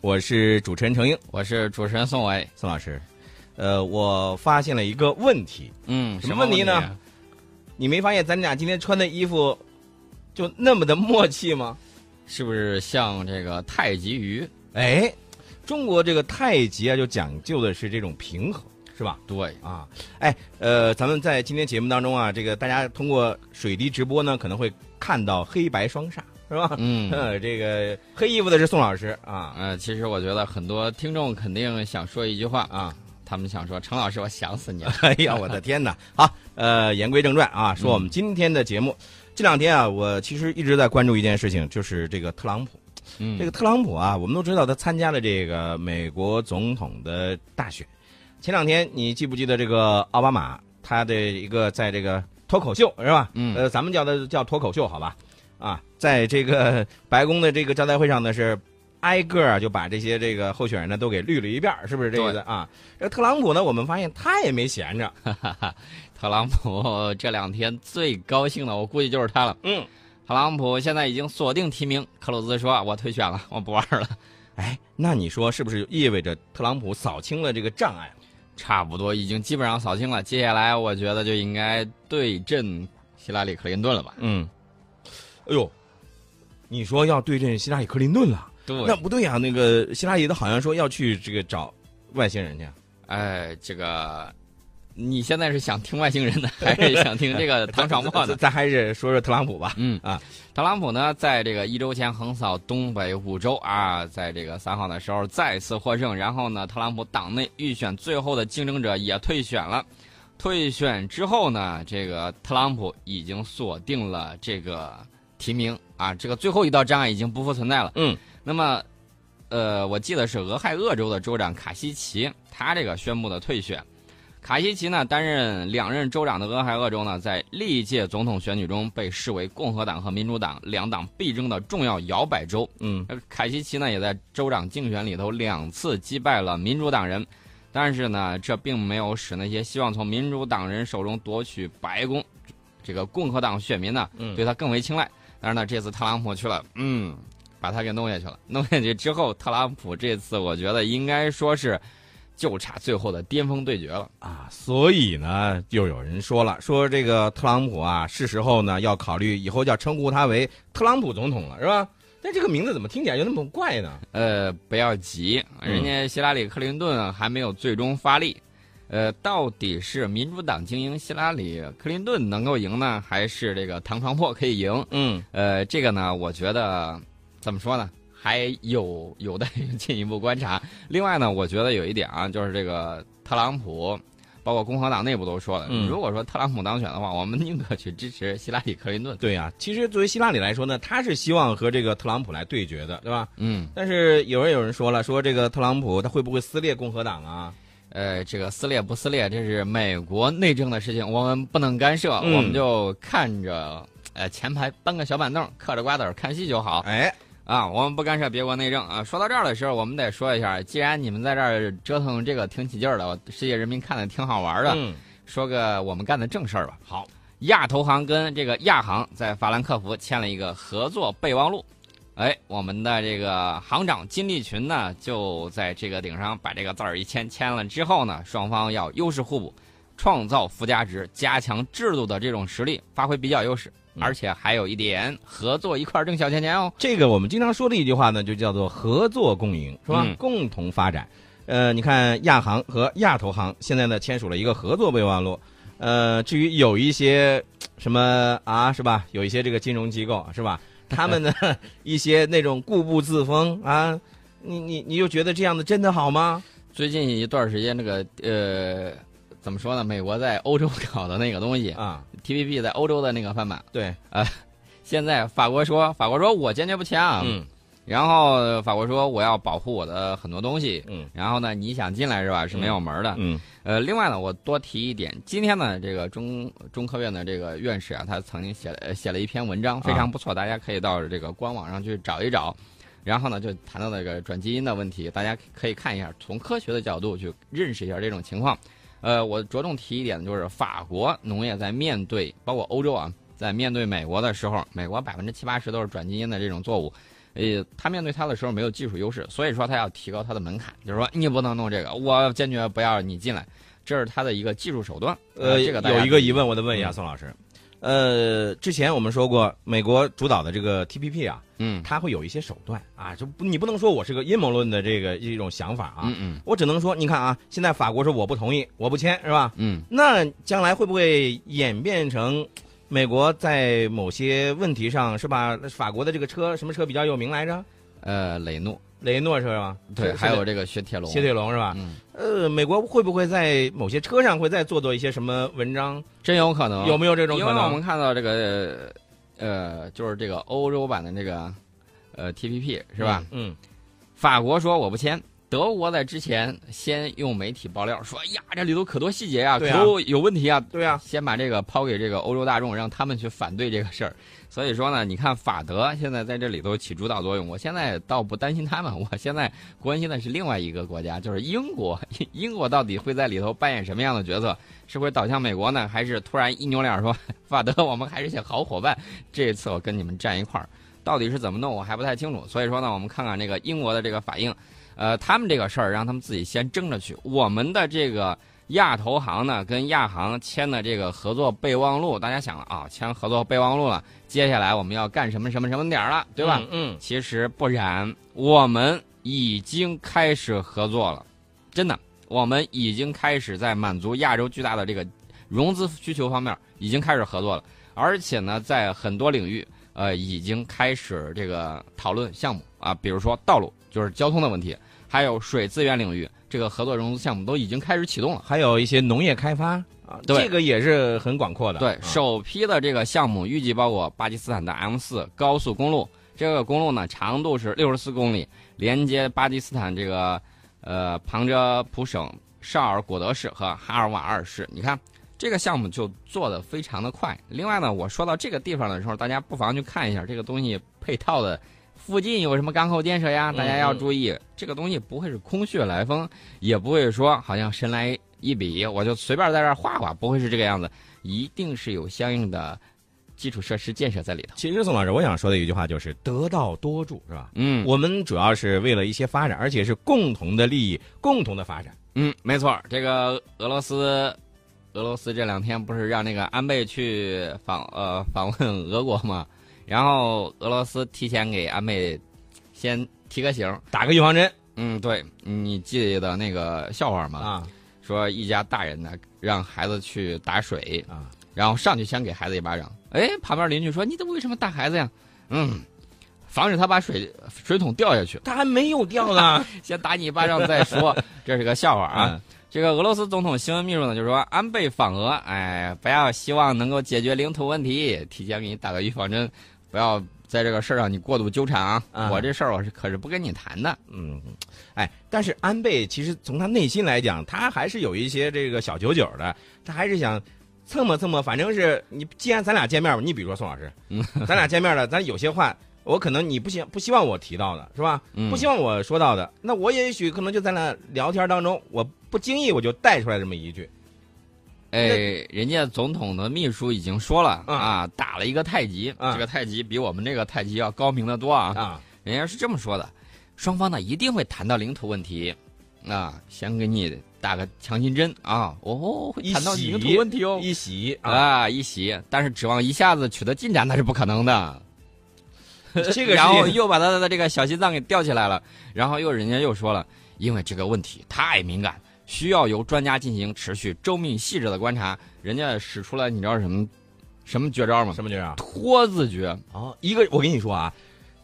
我是主持人程英，我是主持人宋伟。宋老师。呃，我发现了一个问题，嗯，什么么问题题呢？你没发现咱俩今天穿的衣服就那么的默契吗？是不是像这个太极鱼？哎，中国这个太极啊，就讲究的是这种平衡，是吧？对，啊，哎，呃，咱们在今天节目当中啊，这个大家通过水滴直播呢，可能会看到黑白双煞，是吧？ 嗯，呃，这个黑衣服的是宋老师啊呃，其实我觉得很多听众肯定想说一句话，啊！他们想说，程老师，我想死 你了。哎呀，我的天哪！好，呃，言归正传啊，说我嗯们今天的节目，这两天啊，我其实一直在关注一件事情，就是这个特朗普。嗯，这个特朗普啊，我们都知道他参加了这个美国总统的大选。前两天你记不记得这个奥巴马他的一个在这个脱口秀是吧？嗯呃，咱们叫它叫脱口秀好吧？啊，在这个 白宫的这个招待会上呢，是挨个儿啊就把这些这个候选人呢都给绿了一遍儿，是不是这意思啊？这个特朗普呢，我们发现他也没闲着，特朗普这两天最高兴的，我估计就是他了。嗯，特朗普现在已经锁定提名，克鲁兹说我退选了，我不玩了。 哎，那你说是不是意味着特朗普扫清了这个障碍？差不多已经基本上扫清了，接下来我觉得就应该对阵希拉里·克林顿了吧？嗯，哎呦，你说要对阵希拉里克林顿了？对那不对啊，那个希拉里的好像说要去这个找外星 人去。哎，这个，你现在是想听外星人呢，还是想听 这个唐爽炮咱呢？咱还是说说特朗普吧。嗯啊，特朗普呢，在这个一周前横扫东北五州啊，在这个三号的时候再次获胜，然后呢，特朗普党内预选最后的竞争者也退选了。退选之后呢，这个特朗普已经锁定了这个提名啊，这个最后一道障碍已经不复存在了。嗯，那么，呃，我记得是俄亥俄州的州长卡西奇，他这个宣布的退选。卡西奇呢，担任两任州长的俄亥俄州呢，在历届总统选举中被视为共和党和民主党两党必争的重要摇摆州。嗯呃凯西奇呢，也在州长竞选里头两次击败了民主党人，但是呢，这并没有使那些希望从民主党人手中夺取白宫这个共和党选民呢，嗯对他更为青睐。但是呢，这次特朗普去了，嗯，把他给弄下去了。弄下去之后，特朗普这次我觉得应该说是就差最后的巅峰对决了。啊，所以呢，又有人说了，说这个特朗普啊，是时候呢要考虑以后要称呼他为特朗普总统了，是吧？但这个名字怎么听起来就那么怪呢？呃，不要急，人家希拉里·克林顿还没有最终发力。呃，到底是民主党精英希拉里·克林顿能够赢呢，还是这个唐床破可以赢？嗯，呃，这个呢，我觉得怎么说呢，还有有待于 进一步观察。另外呢，我觉得有一点啊，就是这个特朗普，包括共和党内部都说了，嗯如果说特朗普当选的话，我们宁可去支持希拉里·克林顿。对呀、其实作为希拉里来说呢，他是希望和这个特朗普来对决的，对吧？嗯，但是有人有人说了，说这个特朗普他会不会撕裂共和党啊？呃，这个撕裂不撕裂，这是美国内政的事情，我们不能干涉，嗯我们就看着，呃，前排搬个小板凳，嗑着瓜子儿看戏就好哎，啊，我们不干涉别国内政啊。说到这儿的时候，我们得说一下，既然你们在这儿折腾这个挺起劲儿的，我世界人民看的挺好玩儿的，嗯，说个我们干的正事儿吧。好，亚投行跟这个亚航在法兰克福签了一个合作备忘录。哎，我们的这个行长金立群呢，就在这个顶上把这个字儿一签，签了之后呢，双方要优势互补，创造附加值，加强制度的这种实力，发挥比较优势，嗯而且还有一点，合作一块儿挣小钱钱哦。这个我们经常说的一句话呢，就叫做合作共赢，是吧？嗯共同发展。呃，你看亚航和亚投行现在呢签署了一个合作备忘录。呃，至于有一些嘖什么啊，是吧？有一些这个金融机构是吧？他们呢 一些那种固步自封啊，你你你就觉得这样的真的好吗？最近一段时间，这个呃，怎么说呢？美国在欧洲搞的那个东西啊， ，TPP 在欧洲的那个翻版，对，现在法国说，法国说我坚决不签啊。嗯然后法国说我要保护我的很多东西。嗯然后呢，你想进来是吧？是没有门儿的。嗯呃，另外呢，我多提一点，今天呢，这个中中科院的这个院士啊，他曾经写了呃写了一篇文章，非常不错，大家可以到这个官网上去找一找。然后呢，就谈到那个转基因的问题，大家可以看一下，从科学的角度去认识一下这种情况。呃，我着重提一点，就是法国农业在面对，包括欧洲啊，在面对美国的时候，美国百分之七八十都是转基因的这种作物，呃，他面对他的时候没有技术优势，所以说他要提高他的门槛，就是说你不能弄这个，我坚决不要你进来，这是他的一个技术手段。呃，这个大家嗯有一个疑问，我得问一下宋老师。呃，之前我们说过，美国主导的这个 TPP 啊，嗯它会有一些手段啊，就不你不能说我是个阴谋论的这个一种想法啊，嗯嗯我只能说，你看啊，现在法国说我不同意，我不签，是吧？嗯，那将来会不会演变成美国在某些问题上是吧？法国的这个车什么车比较有名来着？呃，雷诺雷诺车是吧？对，是还有这个雪铁龙，雪铁龙是吧？嗯，呃，美国会不会在某些车上会再做做一些什么文章？真有可能有没有这种因可为我能们？看到这个呃，就是这个欧洲版的这个呃 TPP 是吧？嗯？法国说我不签。德国在之前先用媒体爆料说，哎呀，这里头可多细节啊，对可啊多有问题啊嗯，，对啊，先把这个抛给这个欧洲大众，让他们去反对这个事儿。所以说呢，你看法德现在在这里头起主导作用，我现在倒不担心他们，我现在关心的是另外一个国家，就是英 国。英国到底会在里头扮演什么样的角色？是会倒向美国呢，还是突然一扭脸说 法德我们还是些好伙伴？这一次我跟你们站一块儿，到底是怎么弄，我还不太清楚。所以说呢，我们看看这个英国的这个反应，呃，他们这个事儿让他们自己先争着去，我们的这个。亚投行呢跟亚航签的这个合作备忘录，大家想了啊，签合作备忘录了，接下来我们要干什么什么什么点儿了，对吧？嗯？嗯，其实不然，我们已经开始合作了，真的，我们已经开始在满足亚洲巨大的这个融资需求方面已经开始合作了，而且呢，在很多领域，呃，已经开始这个讨论项目啊，比如说道路就是交通的问题，还有水资源领域，这个合作融资项目都已经开始启动了。还有一些农业开发啊，对这个也是很广阔的。对啊，首批的这个项目预计包括巴基斯坦的 M 四高速公路，这个公路呢长度是六十四公里，连接巴基斯坦这个呃旁遮普省绍尔果德市和哈尔瓦尔市。你看这个项目就做的非常的快。另外呢，我说到这个地方的时候，大家不妨去看一下这个东西配套的。附近有什么港口建设呀？大家要嗯嗯注意，这个东西不会是空穴来风，也不会说好像神来一笔，我就随便在这儿画画，不会是这个样子，一定是有相应的基础设施建设在里头。其实宋老师，我想说的一句话就是得道多助，是吧？嗯，我们主要是为了一些发展，而且是共同的利益，共同的发展。嗯，没错儿，这个俄罗斯，俄罗斯这两天不是让那个安倍去访呃访问俄国嘛，然后俄罗斯提前给安倍先提个醒儿。打个预防针嗯，对，你记得那个笑话吗？啊说一家大人呢让孩子去打水，啊！然后上去先给孩子一巴掌。哎，旁边邻居说：“你这为什么打孩子呀？”嗯，防止他把水水桶掉下去，他还没有掉 呢先打你一巴掌再 说。这是个笑话啊。啊！这个俄罗斯总统新闻秘书呢，就说安倍访俄，哎，不要希望能够解决领土问题，提前给你打个预防针，不要在这个事儿上你过度纠缠啊。啊我这事儿我是可是不跟你谈的。嗯，哎，但是安倍其实从他内心来讲，他还是有一些这个小九九的，他还是想蹭吧蹭吧，反正是你既然咱俩见面吧，你比如说宋老师，咱俩见面了，咱有些话我可能你不希不希望我提到的是吧？嗯不希望我说到的，那我也许可能就咱俩聊天当中，我不经意我就带出来这么一句，哎，人家总统的秘书已经说了、嗯啊，打了一个太极，嗯这个太极比我们这个太极要高明的多啊，人家是这么说的：双方呢一定会谈到领土问题，啊，先给你打个强心针啊，哦，会谈到一洗领土问题哦，一席啊，啊，一席，但是指望一下子取得进展那是不可能的。这个然后是又把他的这个小心脏给吊起来了，然后又人家又说了，因为这个问题太敏感，需要由专家进行持续周密细致的观察。人家使出了你知道什么什么绝招吗？什么绝啊？拖字诀。哦，一个我跟你说啊，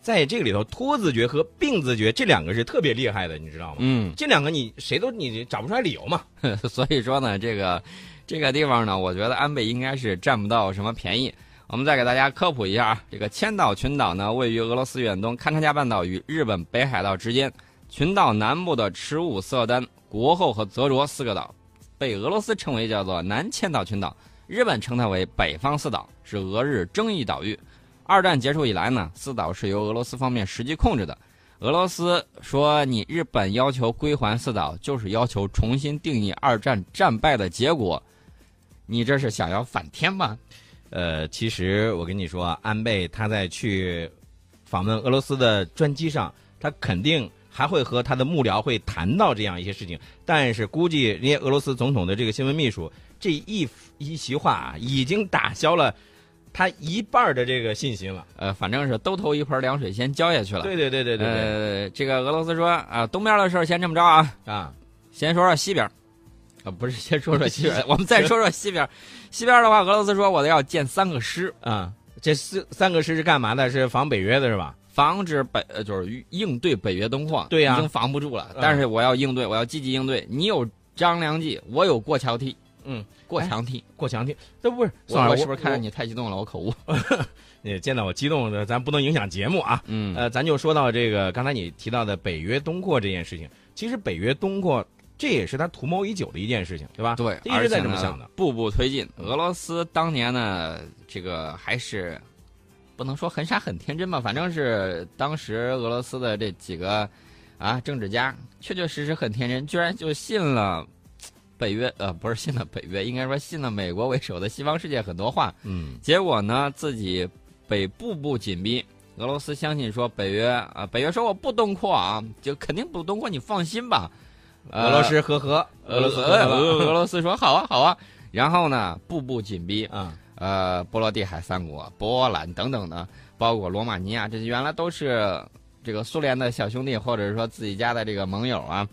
在这个里头，脱字诀和病字诀这两个是特别厉害的，你知道吗？嗯，这两个你谁都你找不出来理由嘛。 所以说呢，这个这个地方呢，我觉得安倍应该是占不到什么便宜。我们再给大家科普一下啊，这个千岛群岛呢，位于俄罗斯远东勘察加半岛与日本北海道之间，群岛南部的池武色丹、国后和泽卓四个岛，被俄罗斯称为叫做南千岛群岛，日本称它为北方四岛，是俄日争议岛屿。二战结束以来呢，四岛是由俄罗斯方面实际控制的。俄罗斯说，你日本要求归还四岛，就是要求重新定义二战战败的结果。你这是想要反天吗？呃，其实我跟你说啊，安倍他在去访问俄罗斯的专机上，他肯定还会和他的幕僚会谈到这样一些事情。但是估计人家俄罗斯总统的这个新闻秘书这一一席话啊，已经打消了他一半儿的这个信心了。呃，反正是兜头一盆凉水先浇下去了。对对对对对对、呃，这个俄罗斯说啊，东边的事儿先这么着啊，啊！先说说西边。啊，不是，先说说西 边，我们再说说西边。西边的话，俄罗斯说我要建三个师，啊、这四三个师是干嘛的？是防北约的是吧？防止北呃就是应对北约东扩。对呀已经防不住了嗯。但是我要应对，我要积极应对。你有张良计，我有过桥梯。嗯，过墙梯。过墙梯，这不是？我算了，我是不是看着你？你太激动了？我口误。你见到我激动的，咱不能影响节目啊。 嗯，呃，咱就说到这个刚才你提到的北约东扩这件事情，其实北约东扩这也是他图谋已久的一件事情，对吧？对，啊一直在这么而且呢想的。步步推进。俄罗斯当年呢，这个还是不能说很傻很天真吧，反正是当时俄罗斯的这几个啊政治家确确实实很天真，居然就信了北约，呃，不是信了北约，应该说信了美国为首的西方世界很多话。嗯，结果呢，自己北步步紧逼。俄罗斯相信说北约啊、北约说我不东扩啊，就肯定不东扩，你放心吧。呃俄罗斯和和，俄俄罗罗斯斯和哎俄和俄罗斯说好啊好啊，然后呢步步紧逼，啊，呃，波罗的海三国、波兰等等的，包括罗马尼亚，这些原来都是这个苏联的小兄弟，或者说自己家的这个盟友啊，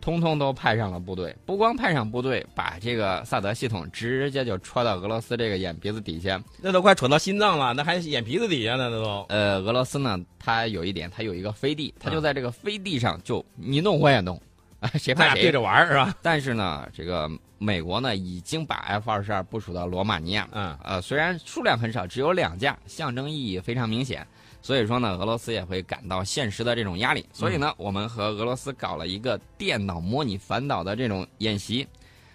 通通都派上了部队。不光派上部队，把这个萨德系统直接就戳到俄罗斯这个眼鼻子底下。那都快戳到心脏了，那还眼皮子底下呢，那都。呃，俄罗斯呢，它有一点，它有一个飞地，它啊就在这个飞地上就你弄我也弄，啊，谁咱怕俩谁对着玩儿是吧？但是呢，这个美国呢已经把 F 二十二部署到罗马尼亚，嗯，呃，虽然数量很少，只有两架，象征意义非常明显。所以说呢，俄罗斯也会感到现实的这种压力。所以呢，我们和俄罗斯搞了一个电脑模拟反导的这种演习，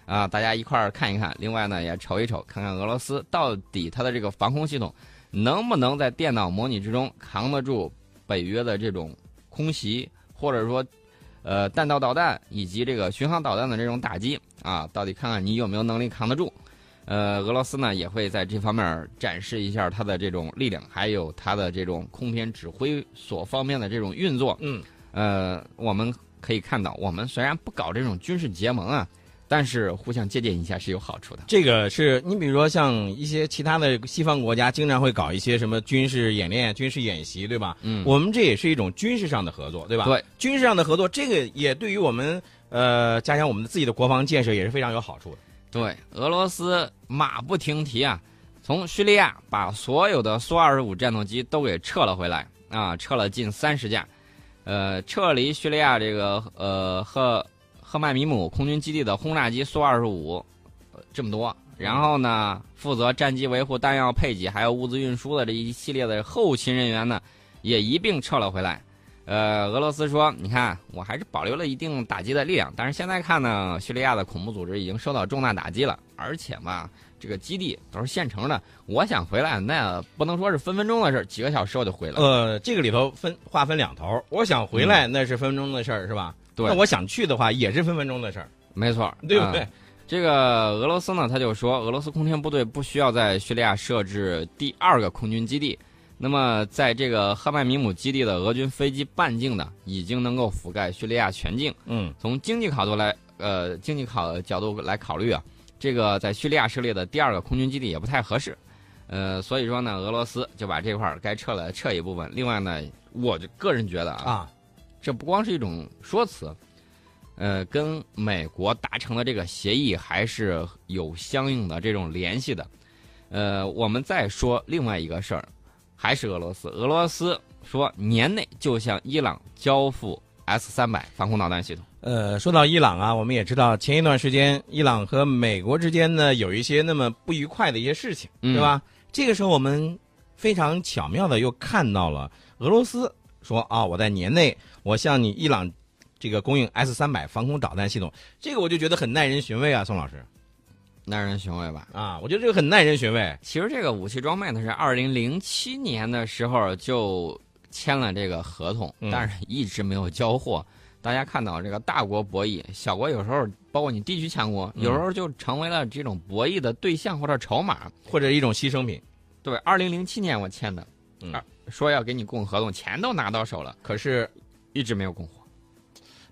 啊、大家一块儿看一看。另外呢，也瞅一瞅，看看俄罗斯到底它的这个防空系统能不能在电脑模拟之中扛得住北约的这种空袭，或者说，呃，弹道导弹以及这个巡航导弹的这种打击啊，到底看看你有没有能力扛得住。呃，俄罗斯呢也会在这方面展示一下它的这种力量，还有它的这种空天指挥所方面的这种运作。嗯，呃，我们可以看到，我们虽然不搞这种军事结盟啊，但是互相借鉴一下是有好处的。这个是你比如说像一些其他的西方国家经常会搞一些什么军事演练、军事演习，对吧？嗯，我们这也是一种军事上的合作，对吧？对，军事上的合作，这个也对于我们呃加强我们自己的国防建设也是非常有好处的。对，俄罗斯马不停蹄啊，从叙利亚把所有的苏 -25 战斗机都给撤了回来啊，撤了近三十架，呃，撤离叙利亚这个呃赫赫迈米姆空军基地的轰炸机苏 -25 呃这么多。然后呢，负责战机维护、弹药配给还有物资运输的这一系列的后勤人员呢，也一并撤了回来。呃，俄罗斯说，你看，我还是保留了一定打击的力量，但是现在看呢，叙利亚的恐怖组织已经受到重大打击了，而且嘛，这个基地都是现成的，我想回来那不能说是分分钟的事儿，几个小时我就回来了。呃，这个里头分划分两头儿，我想回来那是分分钟的事儿，是吧？嗯对那我想去的话也是分分钟的事儿，没错，对不对？嗯这个俄罗斯呢，他就说，俄罗斯空天部队不需要在叙利亚设置第二个空军基地。那么，在这个赫迈米姆基地的俄军飞机半径呢，已经能够覆盖叙利亚全境。嗯从经济考度来，呃，经济考角度来考虑啊，这个在叙利亚设立的第二个空军基地也不太合适，呃，所以说呢，俄罗斯就把这块儿该撤了撤一部分。另外呢，我就个人觉得啊，啊，这不光是一种说辞，呃，跟美国达成的这个协议还是有相应的这种联系的。呃，我们再说另外一个事儿，还是俄罗斯，俄罗斯说年内就向伊朗交付 S 三百防空导弹系统。呃，说到伊朗啊，我们也知道前一段时间伊朗和美国之间呢有一些那么不愉快的一些事情，嗯对吧？这个时候我们非常巧妙的又看到了俄罗斯说啊，我在年内我向你伊朗这个供应 S 三百防空导弹系统，这个我就觉得很耐人寻味啊，宋老师耐人寻味吧。啊，我觉得这个很耐人寻味。其实这个武器装备呢是二零零七年的时候就签了这个合同嗯，但是一直没有交货。大家看到这个大国博弈，小国有时候包括你地区强国，嗯有时候就成为了这种博弈的对象或者筹码。或者一种牺牲品。对，二零零七年我签的嗯，二说要给你供合同，钱都拿到手了，可是，一直没有供货。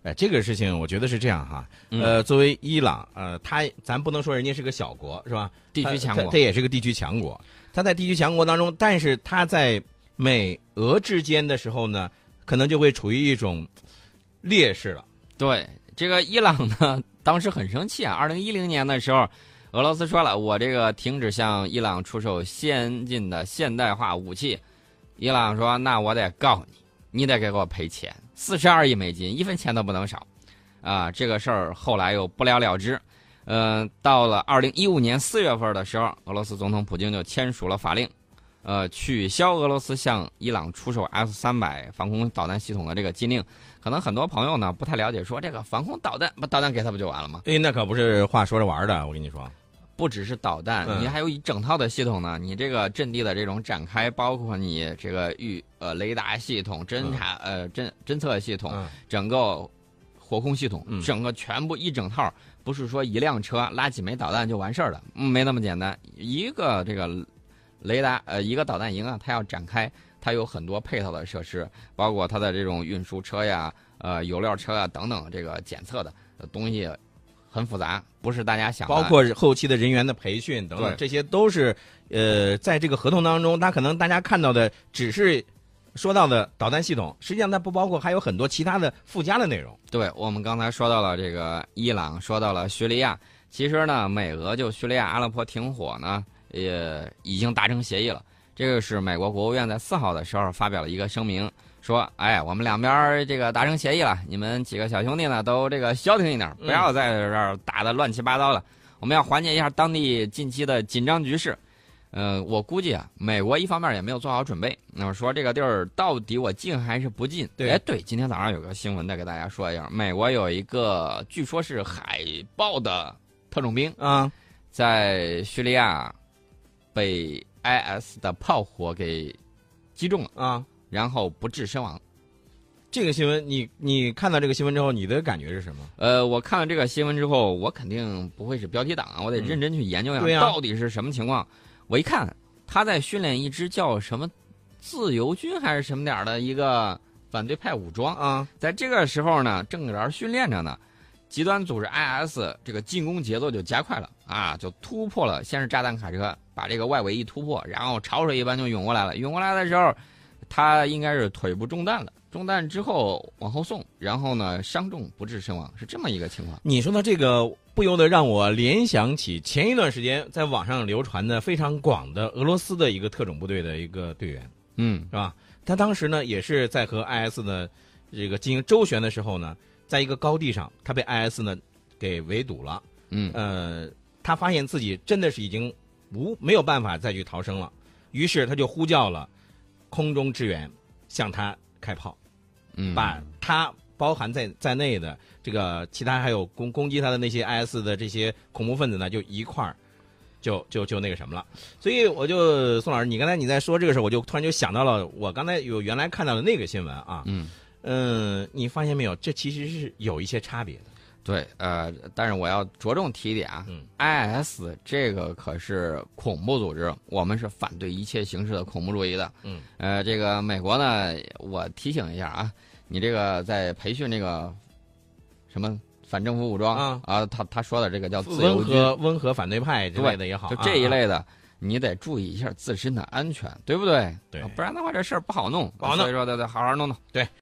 哎，这个事情我觉得是这样哈。嗯呃，作为伊朗，呃，它咱不能说人家是个小国是吧？地区强呃它国它，也是个地区强国。它在地区强国当中，但是它在美俄之间的时候呢，可能就会处于一种劣势了。对这个伊朗呢， 当时很生气啊。二零一零年的时候，俄罗斯说了，我这个停止向伊朗出售先进的现代化武器。伊朗说，那我得告你，你得给我赔钱，四十二亿美金，一分钱都不能少。啊，这个事儿后来又不了了之。嗯、到了二零一五年四月份的时候，俄罗斯总统普京就签署了法令，呃，取消俄罗斯向伊朗出售 S 三百防空导弹系统的这个禁令。可能很多朋友呢不太了解说，这个防空导弹把导弹给他不就完了吗？哎，那可不是话说着玩儿的，我跟你说。不只是导弹，嗯你还有一整套的系统呢。你这个阵地的这种展开，包括你这个预呃雷达系统、侦察、呃侦侦测系统，嗯整个火控系统，嗯整个全部一整套，不是说一辆车拉几枚导弹就完事儿了、嗯没那么简单。一个这个雷达呃一个导弹营啊，它要展开，它有很多配套的设施，包括它的这种运输车呀、呃油料车呀等等，这个检测的呃东西很复杂，不是大家想的包括后期的人员的培训等等对，这些都是呃，在这个合同当中，它可能大家看到的只是说到的导弹系统，实际上它不包括还有很多其他的附加的内容。对我们刚才说到了这个伊朗，说到了叙利亚，其实呢，美俄就叙利亚阿勒颇停火呢，也已经达成协议了。这个是美国国务院在四号的时候发表了一个声明，说，哎，我们两边儿这个达成协议了，你们几个小兄弟呢都这个消停一点，不要在这儿打的乱七八糟了，我们要缓解一下当地近期的紧张局势。呃，我估计啊，美国一方面也没有做好准备，那么说这个地儿到底我进还是不进？对哎，对，今天早上有个新闻再给大家说一下，美国有一个据说是海豹的特种兵啊，在叙利亚被 IS 的炮火给击中了，啊，然后不治身亡。这个新闻，你你看到这个新闻之后，你的感觉是什么？呃，我看了这个新闻之后，我肯定不会是标题党啊，我得嗯认真去研究一对下呀到底是什么情况。我一看他在训练一支叫什么自由军还是什么点儿的一个反对派武装，啊，在这个时候呢，正搁这儿训练着呢。极端组织 IS 这个进攻节奏就加快了啊，就突破了，先是炸弹卡车把这个外围一突破，然后潮水一般就涌过来了。涌过来的时候，他应该是腿部中弹了，中弹之后往后送，然后呢伤重不治身亡，是这么一个情况。你说到这个，不由得让我联想起前一段时间在网上流传的非常广的俄罗斯的一个特种部队的一个队员，嗯，是吧？他当时呢也是在和 IS 呢这个进行周旋的时候呢，在一个高地上，他被 IS 呢给围堵了。嗯呃，他发现自己真的是已经无没有办法再去逃生了，于是他就呼叫了空中支援，向他开炮。嗯，把他包含在在内的这个其他还有攻攻击他的那些 IS 的这些恐怖分子呢，就一块儿就就就那个什么了。所以我就宋老师，你刚才你在说这个时候，我就突然就想到了我刚才有原来看到的那个新闻啊，嗯。嗯，你发现没有，这其实是有一些差别的。对，呃，但是我要着重提一点啊、嗯 i s 这个可是恐怖组织，我们是反对一切形式的恐怖主义的。嗯，呃，这个美国呢，我提醒一下啊，你这个在培训这个什么反政府武装啊他他说的这个叫自由温军，和温和反对派之类的也好，就啊这一，类的。你得注意一下自身的安全，对不对？对不然的话这事儿不好弄。不好弄所以说，得得好好弄弄。对，